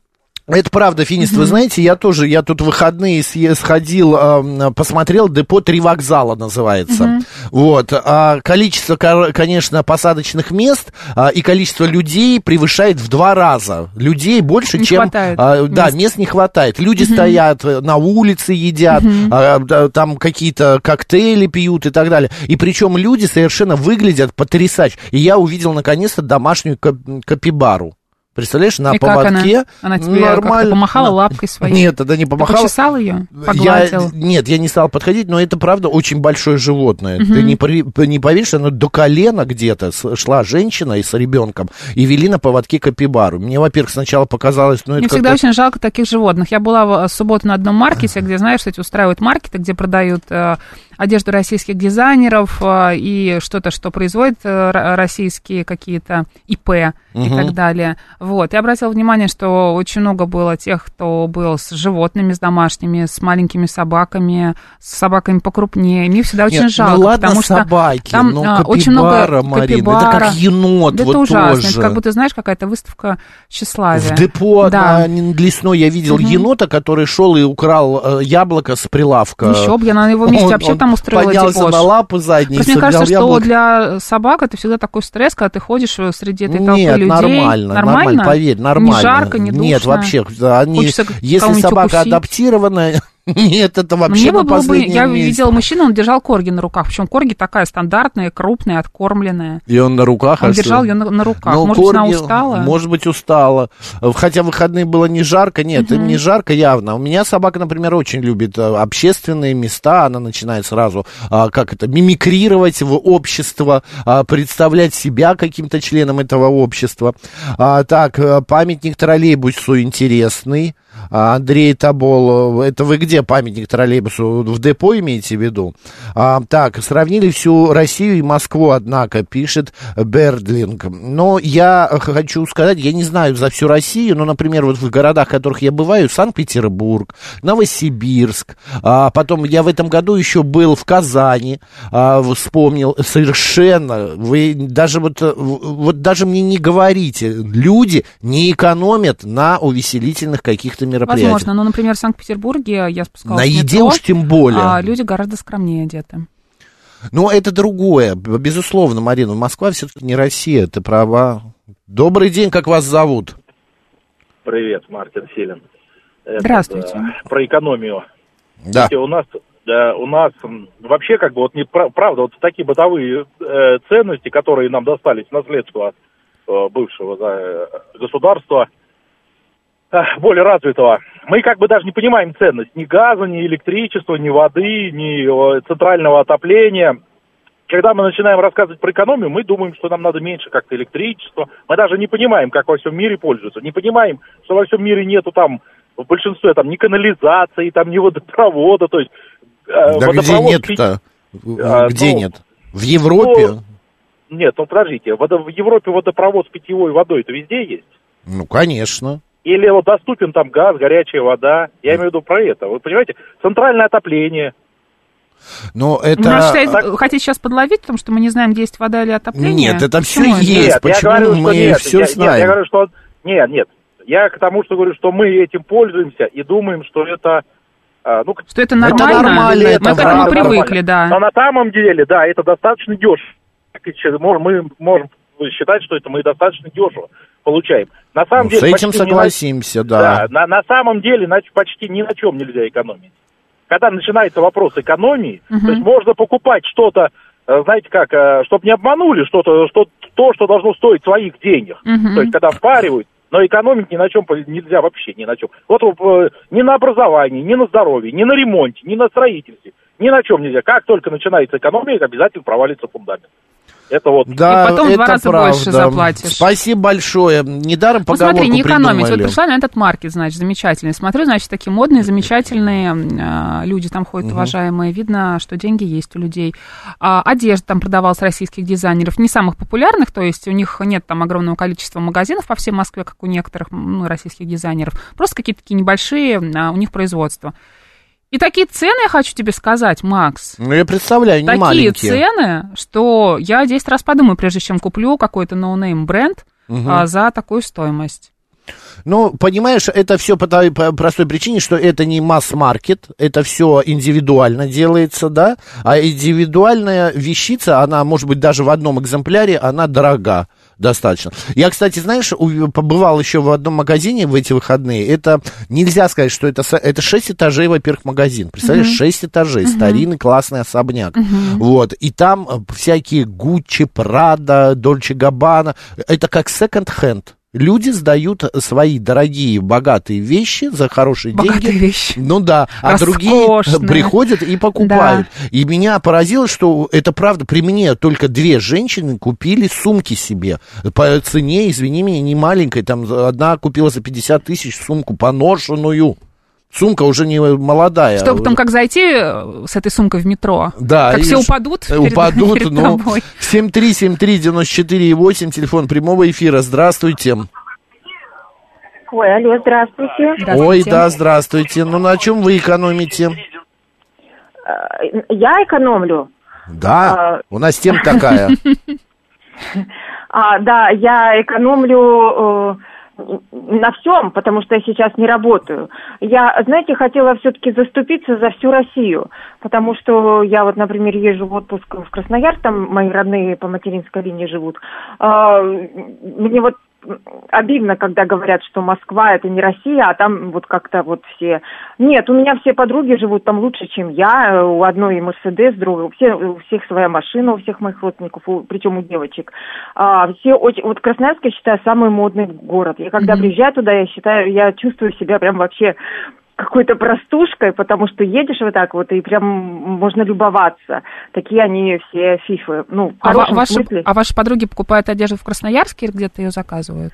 Это правда, Финист. Вы знаете, я тоже, я тут в выходные съе- сходил, э, посмотрел, депо «Три вокзала» называется. Вот. А количество, кор- конечно, посадочных мест а, и количество людей превышает в два раза. Людей больше,
Не
чем...
хватает
а, да,
мест.
мест не хватает. Люди стоят э, на улице, едят, а, да, там какие-то коктейли пьют и так далее. И причем люди совершенно выглядят потрясающе. И я увидел, наконец-то, домашнюю кап- капибару. Представляешь, на
И как она?
поводке
Она тебе как-то
нормально.
помахала
Ну,
лапкой своей?
Нет, тогда не
Ты
помахала.
почесал ее?
Я,
Погладил?
нет, я не стал подходить, но это правда очень большое животное.
Мгм.
Ты не, при- не поверишь, оно до колена где-то с- шла женщина и с ребенком и вели на поводке капибару. Мне, во-первых, сначала показалось, ну это
Мне всегда
как-то-
очень жалко таких животных. Я была в э, субботу на одном маркете, где, знаешь, эти устраивают маркеты, где продают э, одежду российских дизайнеров э, и что-то, что производят э, ро- российские какие-то ИП и
Мгм.
так далее. Вот. Я обратила внимание, что очень много было тех, кто был с животными, с домашними, с маленькими собаками, с собаками покрупнее. Мне всегда очень
Нет,
жалко,
ну ладно
потому что
собаки,
там
но
а, очень много
капибара, Марина, это
капибара.
как енот,
Да
вот
это ужасно. Это
тоже.
как будто, знаешь, какая-то выставка тщеславия.
В депо
Да.
на лесной я видел
Мгм.
енота, который шел и украл э, яблоко с прилавка.
Еще бы, я на его месте
Он-
вообще
он
там устроила
поднялся
дебош.
на лапы задние,
Просто мне
сорвал
кажется, что
яблоко.
для собак это всегда такой стресс, когда ты ходишь э, среди этой толпы
Нет,
людей.
нормально, нормально, поверь, нормально.
Не жарко, не душно. Ну,
Нет, вообще, да, они-
Хочется
если
кого-нибудь
собака
укусить.
адаптированная, нет, это
Но
вообще
Мне
на
бы было бы,
последнем
я
месте.
видела мужчину, он держал корги на руках. Причем корги такая стандартная, крупная, откормленная.
И он на руках.
Он
а что?
держал ее на, на руках.
Но
Может быть, она
корни-
устала?
Может быть, устала. Хотя в выходные было не жарко. Нет, им не жарко явно. У меня собака, например, очень любит э, общественные места. Она начинает сразу, а, как это, мимикрировать в общество, а, представлять себя каким-то членом этого общества. А, Так, э, памятник троллейбусу интересный. А, Андрей Табол, э, это вы где памятник троллейбусу? В депо имеете в виду? А, так, сравнили всю Россию и Москву, однако, пишет Бердлинг. Но я хочу сказать, я не знаю за всю Россию, но, например, вот в городах, в которых я бываю, Санкт-Петербург, Новосибирск, а, потом я в этом году еще был в Казани, а, вспомнил совершенно, вы даже вот, э, в- вот даже мне не говорите, люди не экономят на увеселительных каких-то мероприятиях.
Возможно. Ну, например, в Санкт-Петербурге я спускалась
На
в
еде
метро,
уж тем более.
а люди гораздо скромнее одеты.
Но это другое, б- безусловно, Марина. Москва все-таки не Россия, ты права. Добрый день, как вас зовут?
Привет, Мартин Силин. Это,
Здравствуйте.
да, про экономию.
Да.
Знаете, у нас, да, у нас м, вообще как бы вот не пра- правда, вот такие бытовые э, ценности, которые нам достались в наследство э, бывшего да, государства, э, более развитого, мы как бы даже не понимаем ценность ни газа, ни электричества, ни воды, ни э, центрального отопления. Когда мы начинаем рассказывать про экономию, мы думаем, что нам надо меньше как-то электричества. Мы даже не понимаем, как во всем мире пользуются. Не понимаем, что во всем мире нету там в большинстве там ни канализации, там ни водопровода. То есть, э,
да где
водопровод
нет-то?
А,
где
ну,
нет? В Европе?
ну, Нет, ну подождите, водо- в Европе водопровод с питьевой водой это везде есть.
Ну, конечно.
Или вот доступен там газ, горячая вода. Я имею в виду про это. Вы понимаете, центральное отопление.
Но это...
Нас считают, э, хотите сейчас подловить, потому что мы не знаем, есть вода или отопление?
Нет, это всё
Почему
есть.
Нет,
почему
я говорю, что
мы
нет,
всё
я, Нет, я
знаем?
говорю, что нет, нет. Я к тому, что говорю, что мы этим пользуемся и думаем, что это а, ну,
Что это нормально?
нормально,
Мы
это
к этому
нормально.
привыкли, да.
Но на самом деле, да, это достаточно дешево. Так и че- мож- Мы можем считать, что это мы достаточно дешево получаем. На самом
Ну,
деле,
с этим
почти не на-
согласимся, да.
Да, на, на самом деле нач- почти ни на чем нельзя экономить. Когда начинается вопрос экономии,
Мгм.
то есть можно покупать что-то, э, знаете как, чтобы не обманули что-то, что то, что должно стоить своих денег.
Мгм.
То есть когда впаривают, но экономить ни на чем по- нельзя вообще, ни на чем. Вот э, ни на образовании, ни на здоровье, ни на ремонте, ни на строительстве, ни на чем нельзя. Как только начинается экономия, обязательно провалится фундамент. Это вот.
Да,
И потом в два
это
раза
правда.
больше заплатишь.
Спасибо большое. Недаром
Ну,
поговорку
смотри, не экономить. Вот
придумали.
пришла на этот маркет, значит, замечательный. Смотрю, значит, такие модные, замечательные э, люди там ходят,
Мгм.
уважаемые. Видно, что деньги есть у людей. А, одежда там продавалась российских дизайнеров, не самых популярных, то есть у них нет там огромного количества магазинов по всей Москве, как у некоторых м, ну, российских дизайнеров. Просто какие-то такие небольшие а, у них производства. И такие цены, я хочу тебе сказать, Макс,
Ну, я представляю, не
такие
маленькие.
цены, что я 10 раз подумаю, прежде чем куплю какой-то ноунейм бренд
Мгм.
а, за такую стоимость.
Ну, понимаешь, это все по той по простой причине, что это не масс-маркет, это все индивидуально делается, да, а индивидуальная вещица, она, может быть, даже в одном экземпляре, она дорога достаточно. Я, кстати, знаешь, у- побывал еще в одном магазине в эти выходные. Это нельзя сказать, что это, со- это 6 этажей, во-первых, магазин. Представляешь,
Мгм.
6 этажей,
Мгм.
старинный классный особняк.
Мгм.
Вот. И там э, всякие Гуччи, Прада, Дольче Габбана. Это как секонд-хенд. Люди сдают свои дорогие, богатые вещи за хорошие
Богатые
деньги.
вещи.
Ну да, а
Роскошные.
другие приходят и покупают. И меня поразило, что это правда, при мне только две женщины купили сумки себе. По цене, извини меня, не маленькой. Там одна купила за 50 тысяч сумку поношенную. Сумка уже не молодая.
Чтобы потом как зайти э, с этой сумкой в метро.
Да,
Как
и
все
ш- э,
упадут перед,
упадут,
перед
ну,
тобой.
7373948, телефон прямого эфира. Здравствуйте.
Ой, алло, здравствуйте.
Ой, да, здравствуйте. Ну на чем вы экономите?
Э, Я экономлю.
Да,
А.
у нас тема такая.
А, да, я экономлю э, на всем, потому что я сейчас не работаю. Я, знаете, хотела все-таки заступиться за всю Россию, потому что я вот, например, езжу в отпуск в Красноярск, там мои родные по материнской линии живут. А, мне вот обидно, когда говорят, что Москва это не Россия, а там вот как-то вот все... Нет, у меня все подруги живут там лучше, чем я. Э, У одной Мерседес, другой, все, у всех своя машина, у всех моих родственников, у- причем у девочек. А, все очень... Вот Красноярск, я считаю, самый модный город. Я когда приезжаю туда, я считаю, я чувствую себя прям вообще какой-то простушкой, потому что едешь вот так вот, и прям можно любоваться. Такие они все фифы. Ну, в
А, ва-
хорошем
ваши,
смысле.
а ваши подруги покупают одежду в Красноярске или где-то ее заказывают?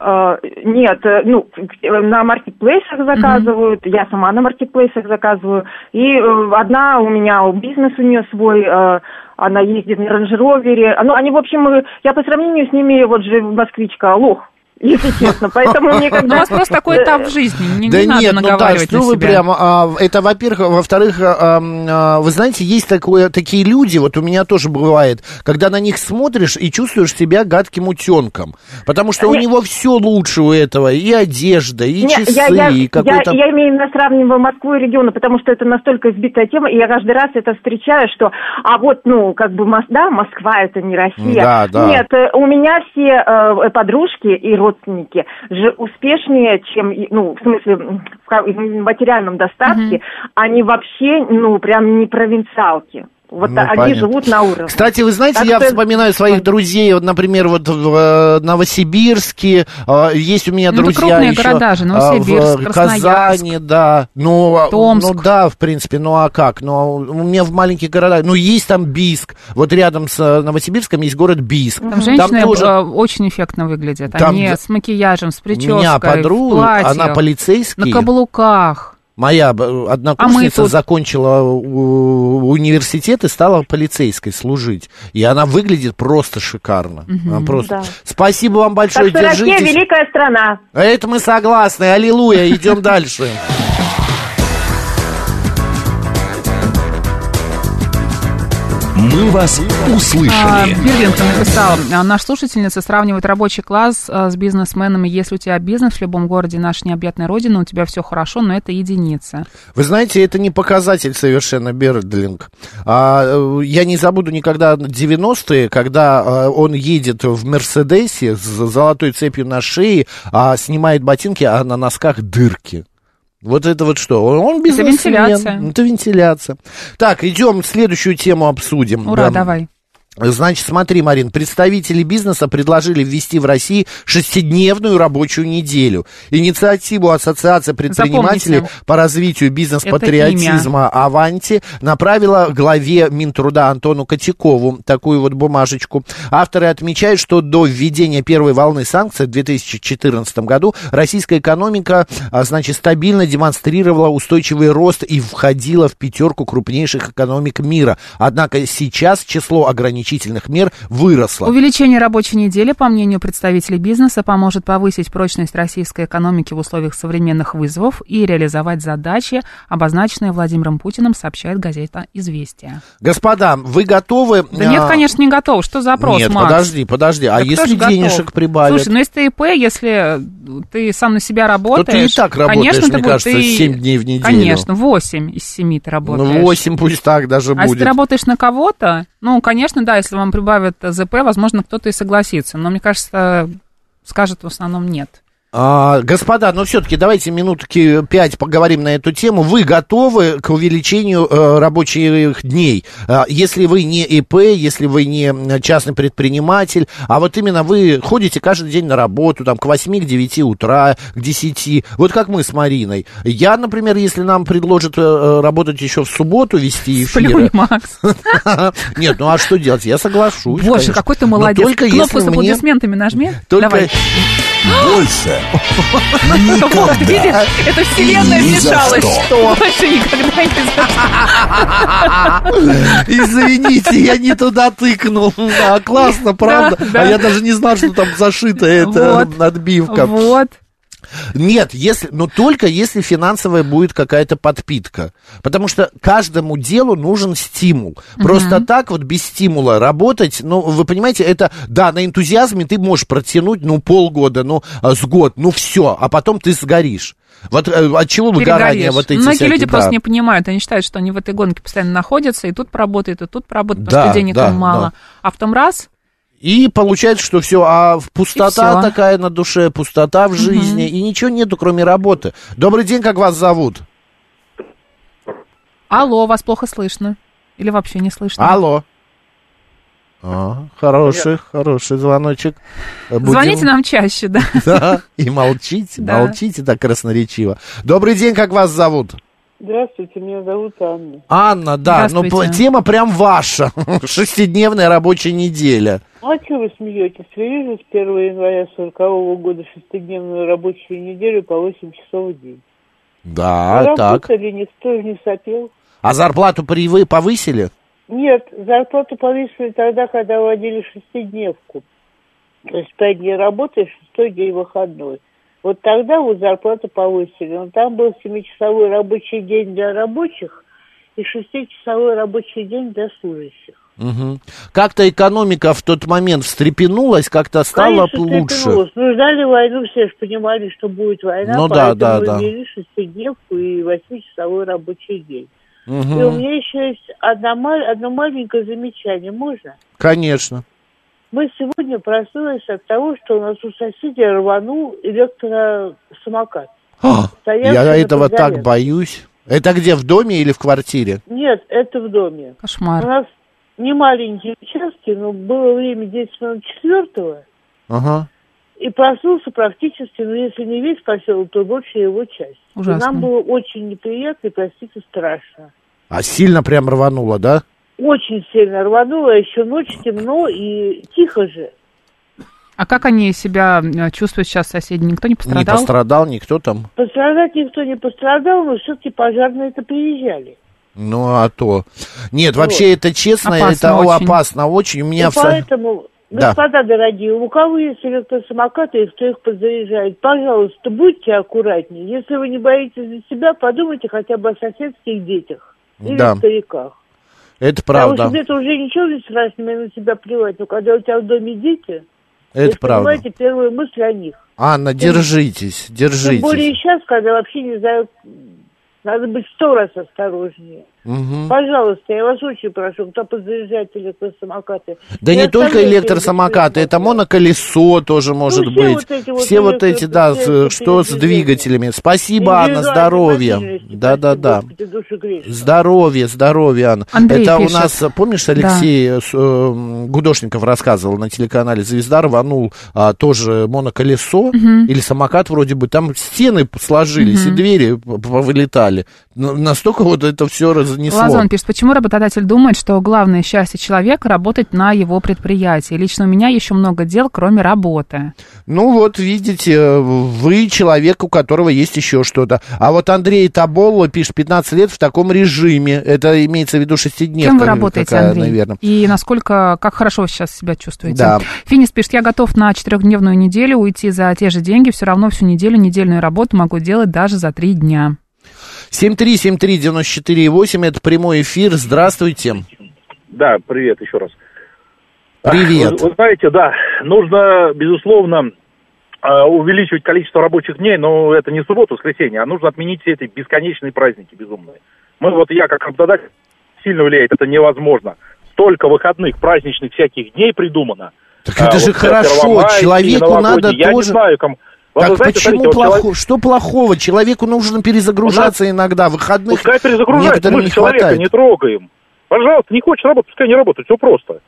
Э, Нет, э, ну, э, на маркетплейсах заказывают, я сама на маркетплейсах заказываю. И э, одна у меня, у бизнес у нее свой, э, она ездит на ранжеровере. Ну, они, в общем, э, я по сравнению с ними, вот же москвичка, лох, если честно. Поэтому мне как
Ну, у вас просто такой
э,
этап в жизни, не, не надо наговаривать
Э, ну
на
вы
себя.
прямо, а, это, во-первых, а, во-вторых, а, м, а, вы знаете, есть такое, такие люди, вот у меня тоже бывает, когда на них смотришь и чувствуешь себя гадким утенком, потому что у
Не-
него все лучше у этого, и одежда, и
Не,
часы,
я, я,
и какой-то...
я- я именно сравниваю Москву и регионы, потому что это настолько избитая тема, и я каждый раз это встречаю, что, а вот, ну, как бы, Мос- да, Москва это не Россия.
Да, да.
Нет, э, у меня все э, подружки и родственники же успешнее, чем, и- ну, в смысле, м, в ка- в материальном достатке, они вообще, ну, прям не провинциалки. Вот
Ну,
они
понятно.
живут на уровне.
Кстати, вы знаете,
Так
я
что-
вспоминаю своих друзей, вот, например, вот в э, Новосибирске, э, есть у меня
Ну, это
друзья
крупные
еще,
города же,
э,
Новосибирск,
в
Красноярск.
Казани, да, ну, а,
Томск.
ну да, в принципе, ну а как, ну а у меня в маленьких городах, ну есть там Бийск, вот рядом с э, Новосибирском есть город Бийск,
Там женщины э, очень эффектно выглядят.
Там
Они
де-
с макияжем, с
у
прической,
меня
в
подруга,
платье,
она полицейский,
на каблуках.
Моя б- однокурсница
А мы тут-
закончила у- университет и стала полицейской служить. И она выглядит просто шикарно.
Мгм.
Она просто...
Да.
Спасибо вам
Так
большое,
что Россия
держитесь.
великая страна.
А Это мы согласны. Аллилуйя, идем дальше.
«Мы вас
А,
услышали».
Бирвинка написала, «А, наша слушательница сравнивает рабочий класс а, с бизнесменами. Если у тебя бизнес в любом городе нашей необъятной родины, у тебя все хорошо, но это единица.
Вы знаете, это не показатель совершенно Бердлинг. А, э, я не забуду никогда 90-е, когда э, он едет в Мерседесе с золотой цепью на шее, а снимает ботинки, а на носках дырки. Вот это вот что? Он, он
Это
бизнесмен.
вентиляция.
Это вентиляция. Так, идем следующую тему обсудим.
Ура,
Ну Да.
давай.
Значит, смотри, Марин, представители бизнеса предложили ввести в России шестидневную рабочую неделю. Инициативу Ассоциации предпринимателей
Запомните.
по развитию бизнес-патриотизма «Аванти» направила главе Минтруда Антону Котякову такую вот бумажечку. Авторы отмечают, что до введения первой волны санкций в 2014 году российская экономика, а, значит, стабильно демонстрировала устойчивый рост и входила в пятерку крупнейших экономик мира. Однако сейчас число ограничительных мер выросло.
Увеличение рабочей недели, по мнению представителей бизнеса, поможет повысить прочность российской экономики в условиях современных вызовов и реализовать задачи, обозначенные Владимиром Путиным, сообщает газета «Известия».
Господа, вы готовы?
Да нет,
а,
конечно, не готов. Что за опрос,
Нет,
Макс?
подожди, подожди. А
Да кто
если
ж готов?
денежек прибавят?
Слушай, ну если ты ИП, если э, ты сам на себя
то ты
работаешь...
и так работаешь,
конечно, ты
мне
будешь-
кажется,
ты-
7 дней в неделю.
Конечно, 8 из 7 ты работаешь.
Ну, 8 пусть так даже
А если
будет.
ты работаешь на кого-то, ну, конечно, да, если вам прибавят ЗП, возможно, кто-то и согласится. Но, мне кажется, скажет в основном нет.
А, господа, но все-таки давайте минутки э, пять поговорим на эту тему. Вы готовы к увеличению э, рабочих дней? А, если вы не ИП, если вы не частный предприниматель, а вот именно вы ходите каждый день на работу, там, к 8, к 9 утра, к 10, вот как мы с Мариной. Я, например, если нам предложат э, работать еще в субботу, вести эфиры...
Плюнь, Макс.
Нет, ну а что делать? Я соглашусь,
Боже,
конечно.
какой ты
Но
молодец.
только
Кнопку с
если мне-
аплодисментами нажми.
Только-
Давай.
Больше.
Вот, видишь, это вселенная
И ни за
вмешалась.
что.
Больше никогда не
Извините, я не туда тыкнул. Да, классно, правда.
Да, да.
А я даже не знал, что там зашита эта
Вот.
надбивка.
Вот.
Нет, если, но только если финансовая будет какая-то подпитка. Потому что каждому делу нужен стимул. Просто так вот без стимула работать, ну, вы понимаете, это, да, на энтузиазме ты можешь протянуть, ну, полгода, ну, а, с год, ну, все, а потом ты сгоришь. Вот э, от чего выгорание
Перегоришь.
вот эти
Многие
всякие,
люди просто
да.
не понимают, они считают, что они в этой гонке постоянно находятся, и тут поработают, и тут поработают,
Да,
потому что денег
да,
им мало.
да.
А в том раз
И получается, что все, а в- пустота
всё.
такая на душе, пустота в жизни, и ничего нету, кроме работы. Добрый день, как вас зовут?
Алло, вас плохо слышно. Или вообще не слышно.
Алло. А, хороший, хороший звоночек. Э, будем-
Звоните нам чаще, да.
Да, и молчите,
Да.
молчите так красноречиво. Добрый день, как вас зовут?
Здравствуйте, меня зовут Анна.
Анна, да, ну п-
Здравствуйте.
тема прям ваша. Шестидневная рабочая неделя.
Ну, а чего вы смеетесь? Привезли с 1 января 40 года шестидневную рабочую неделю по 8 часов в день.
Да, А так.
Работали, никто не сопел.
А зарплату при вы повысили?
Нет, зарплату повесили тогда, когда вводили шестидневку. То есть пять дней работы, шестой день выходной. Вот тогда вот зарплату повысили. Но там был семичасовой рабочий день для рабочих и шестичасовой рабочий день для служащих.
Мгм. Как-то экономика в тот момент встрепенулась, как-то стало
Конечно,
лучше.
встрепенулась. Ну, ждали войну, все же понимали, что будет война,
Ну да, да,
поэтому
да.
ввели шестидневку и восьмичасовой рабочий день.
Мгм.
И у меня еще есть одна, ма- одно маленькое замечание, можно?
Конечно.
Мы сегодня проснулись от того, что у нас у соседей рванул электросамокат.
А,
Стоявший
Я
на
этого так
подзале.
боюсь. Это где, в доме или в квартире?
Нет, это в доме.
Кошмар.
У нас не маленькие участки, но было время 10 минут четвертого,
Ага.
и проснулся практически, ну, если не весь поселок, то большая его часть. И
Ужасно.
нам было очень неприятно и, простите, страшно.
А сильно прям рвануло, да?
Очень сильно рвануло, а еще ночь темно и тихо же.
А как они себя э, чувствуют сейчас соседи? Никто не
Не
пострадал?
пострадал никто там.
Пострадать никто не пострадал, но все-таки пожарные-то приезжали.
Ну, а то. Нет,
Вот. Ну,
вообще это честно,
Опасно
это о,
очень.
опасно очень. У меня
и
в со-
поэтому,
Да.
господа дорогие, у кого есть электросамокаты и кто их подзаряжает, пожалуйста, будьте аккуратнее. Если вы не боитесь за себя, подумайте хотя бы о соседских детях или
Да.
стариках.
Это
Потому что
правда.
это уже ничего не страшного, и на тебя плевать. Но когда у тебя в доме дети,
Это
вы
правда.
понимаете, первые мысли о них.
Анна, держитесь,
Тем более
держитесь.
сейчас, когда вообще не знаю, надо быть сто раз осторожнее.
Мгм.
Пожалуйста, я вас очень прошу, кто подзаряжает электросамокаты.
Да не только
оставляйте
электросамокаты, это моноколесо тоже может
Ну, все
быть.
вот эти вот
все вот эти, да,
электро-
с- что с двигателями. Спасибо, Анна,
Индивидуальной
здоровья.
мобильности,
Да-да-да.
электросамокаты, души греют.
Здоровье, здоровье, Анна.
Андрей
это
пишет.
у нас, помнишь, Алексей э, с- э, м, Гудошников рассказывал на телеканале «Звезда», рванул а, тоже моноколесо
Мгм.
или самокат вроде бы, там стены сложились и
Мгм.
двери п- п- вылетали. Н- Настолько вот это все разнесло.
Лазон пишет, почему работодатель думает, что главное счастье человека работать на его предприятии? Лично у меня еще много дел, кроме работы.
Ну вот, видите, э, вы человек, у которого есть еще что-то. А вот Андрей Таболло пишет 15 лет в таком режиме. Это имеется в виду шестидневка.
Кем вы работаете,
какая,
Андрей?
наверное.
И насколько, как хорошо вы сейчас себя чувствуете?
Да.
Финис пишет, я готов на четырехдневную неделю уйти за те же деньги, все равно всю неделю недельную работу могу делать даже за три дня.
7373948, это прямой эфир. Здравствуйте.
Да, привет еще раз.
Привет.
Вы, вы знаете, да, нужно, безусловно, э, увеличивать количество рабочих дней, но это не суббота, воскресенье, а нужно отменить все эти бесконечные праздники безумные. Мы, вот я как работодатель, сильно влияет, это невозможно. Столько выходных, праздничных всяких дней придумано.
Так это же
вот, э,
хорошо,
Первомай,
человеку
новогодний.
надо
я
тоже-
не знаю, ком- Вам,
так
вы знаете,
почему
смотрите, вот
плохо?
человек-
Что плохого? Человеку нужно перезагружаться иногда. Выходных
Пускай перезагружает,
Ну, некоторым
мы
не
же человека
хватает.
не трогаем. Пожалуйста, не хочешь работать, пускай не работает, все просто.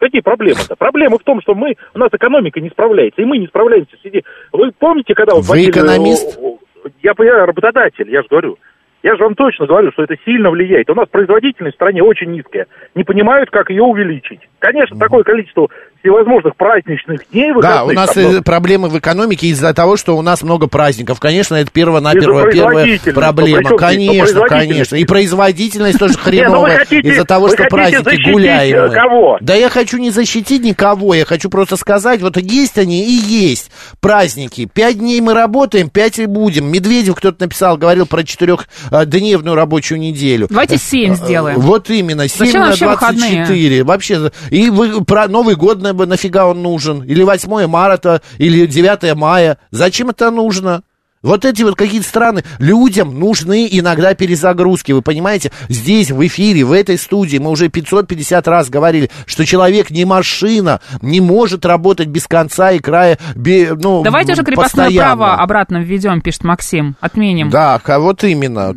Какие проблемы-то? Проблема в том, что мы, у нас экономика не справляется, и мы не справляемся. Сиди. Вы помните, когда...
Вы
вводили,
экономист?
о, о, Я, я работодатель, я же говорю. Я же вам точно говорю, что это сильно влияет. У нас производительность в стране очень низкая. Не понимают, как ее увеличить. Конечно, такое количество всевозможных праздничных дней...
Да, у
выходных,
нас
там, ну,
э, проблемы в экономике из-за того, что у нас много праздников. Конечно, это
Из-за
первонаперво первая
производительности,
проблема.
причем из-за
конечно,
производительности.
конечно. И производительность тоже
Не, ну вы
хреновая
хотите-
из-за того,
вы
что
хотите
праздники
защитить,
гуляем.
э,
мы.
кого?
Да я хочу не защитить никого, я хочу просто сказать, вот есть они и есть праздники. Пять дней мы работаем, пять и будем. Медведев кто-то написал, говорил про четырехдневную рабочую неделю.
Давайте
э,
семь сделаем.
Вот именно,
Зачем
7 на
вообще
24.
выходные?
Сибири. Вообще, и вы, про Новый год на- нафига он нужен? Или 8 марта, или 9 мая? Зачем это нужно? Вот эти вот какие-то страны, людям нужны иногда перезагрузки, вы понимаете? Здесь, в эфире, в этой студии мы уже 550 раз говорили, что человек не машина, не может работать без конца и края, бе- ну,
Давайте уже крепостное
постоянно.
право обратно введем, пишет Максим. Отменим.
Да, а вот именно,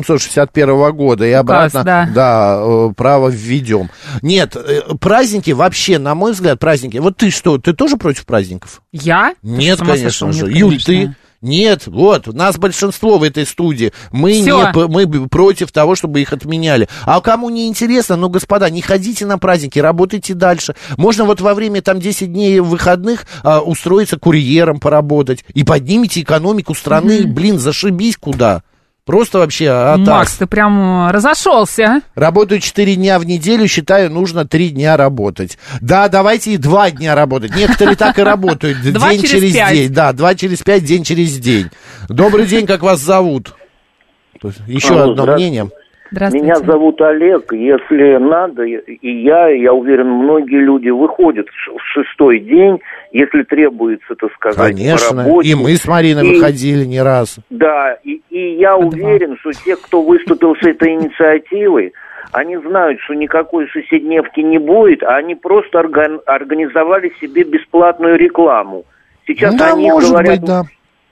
1861 года и обратно,
да.
э, право введем. Нет, э, праздники вообще, на мой взгляд, праздники. Вот ты что, ты тоже против праздников?
Я? Ты
Нет,
что, с ума
конечно
сошел?
же.
Нет,
Юль, ты?
конечно.
Нет, вот, нас большинство в этой студии. Мы,
Всё.
не, п- мы б- против того, чтобы их отменяли. А кому не интересно, ну, господа, не ходите на праздники, работайте дальше. Можно вот во время там 10 дней выходных а, устроиться курьером поработать. И поднимите экономику страны, блин, зашибись куда. Просто вообще а, атас.
Макс, ты прям э, разошелся.
Работаю 4 дня в неделю, считаю, нужно 3 дня работать. Да, давайте и 2 дня работать. Некоторые так и работают.
Два
День
через
через
пять.
день. Да, 2 через 5, день через день. Добрый день, как вас зовут? То есть Еще
Алло,
одно
здравствуйте.
мнение.
Меня зовут Олег. Если надо, и я, и я уверен, многие люди выходят ш- в шестой день, если требуется, так сказать, по
Конечно.
работе.
И мы с Мариной
И-
выходили не раз.
Да, и, и я уверен, что те, кто выступил с этой инициативой, они знают, что никакой шестидневки не будет, а они просто орган- организовали себе бесплатную рекламу. Сейчас
Да,
они
может
говорят
быть, да.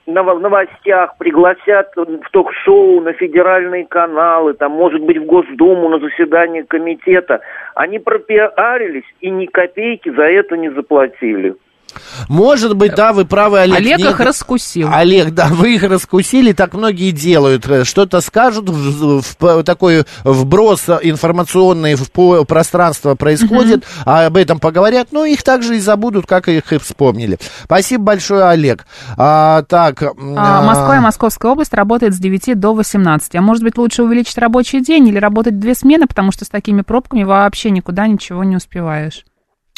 на в новостях, пригласят в ток-шоу, на федеральные каналы, там, может быть, в Госдуму, на заседание комитета. Они пропиарились и ни копейки за это не заплатили.
Может быть, да, вы правы, Олег.
Олег их
раскусил.
Олег, да, вы их раскусили, так многие делают. Э, Что-то скажут, в- в п- такой вброс информационный в по- пространство происходит, а об этом поговорят, но их также и забудут, как их и вспомнили. Спасибо большое, Олег. А, так, м,
А,
а,
Москва и Московская область работает с 9 до 18. А может быть, лучше увеличить рабочий день или работать две смены, потому что с такими пробками вообще никуда ничего не успеваешь.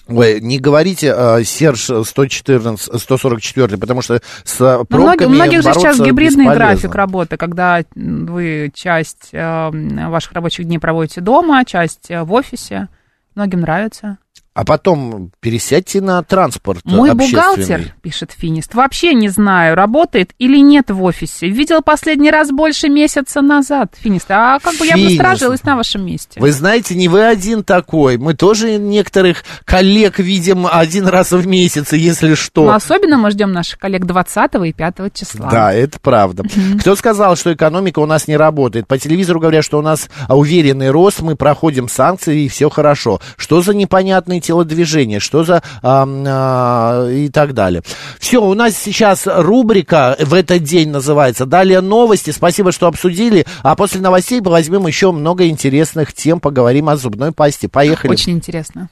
Ой, не говорите э, Серж 114, 144, потому что с э,
Ну, многие-
пробками
у многих же сейчас
бороться
гибридный
бесполезно.
график работы, когда м, вы часть э, м, ваших рабочих дней проводите дома, часть э, в офисе. Многим нравится.
А потом пересядьте на транспорт
Мой
общественный.
бухгалтер, пишет Финист, вообще не знаю, работает или нет в офисе. Видел последний раз больше месяца назад. Финист, а как бы я
Финист.
насторожилась на вашем месте.
Вы знаете, не вы один такой. Мы тоже некоторых коллег видим один раз в месяц, и если что.
Но особенно мы ждем наших коллег 20 и 5 числа.
Да, это правда. Кто сказал, что экономика у нас не работает? По телевизору говорят, что у нас а, уверенный рост, мы проходим санкции и все хорошо. Что за непонятные телодвижения? Что за ам, а, и так далее? Все, у нас сейчас рубрика в этот день называется. Далее новости. Спасибо, что обсудили. А после новостей возьмем еще много интересных тем, поговорим о зубной пасте. Поехали.
Очень интересно.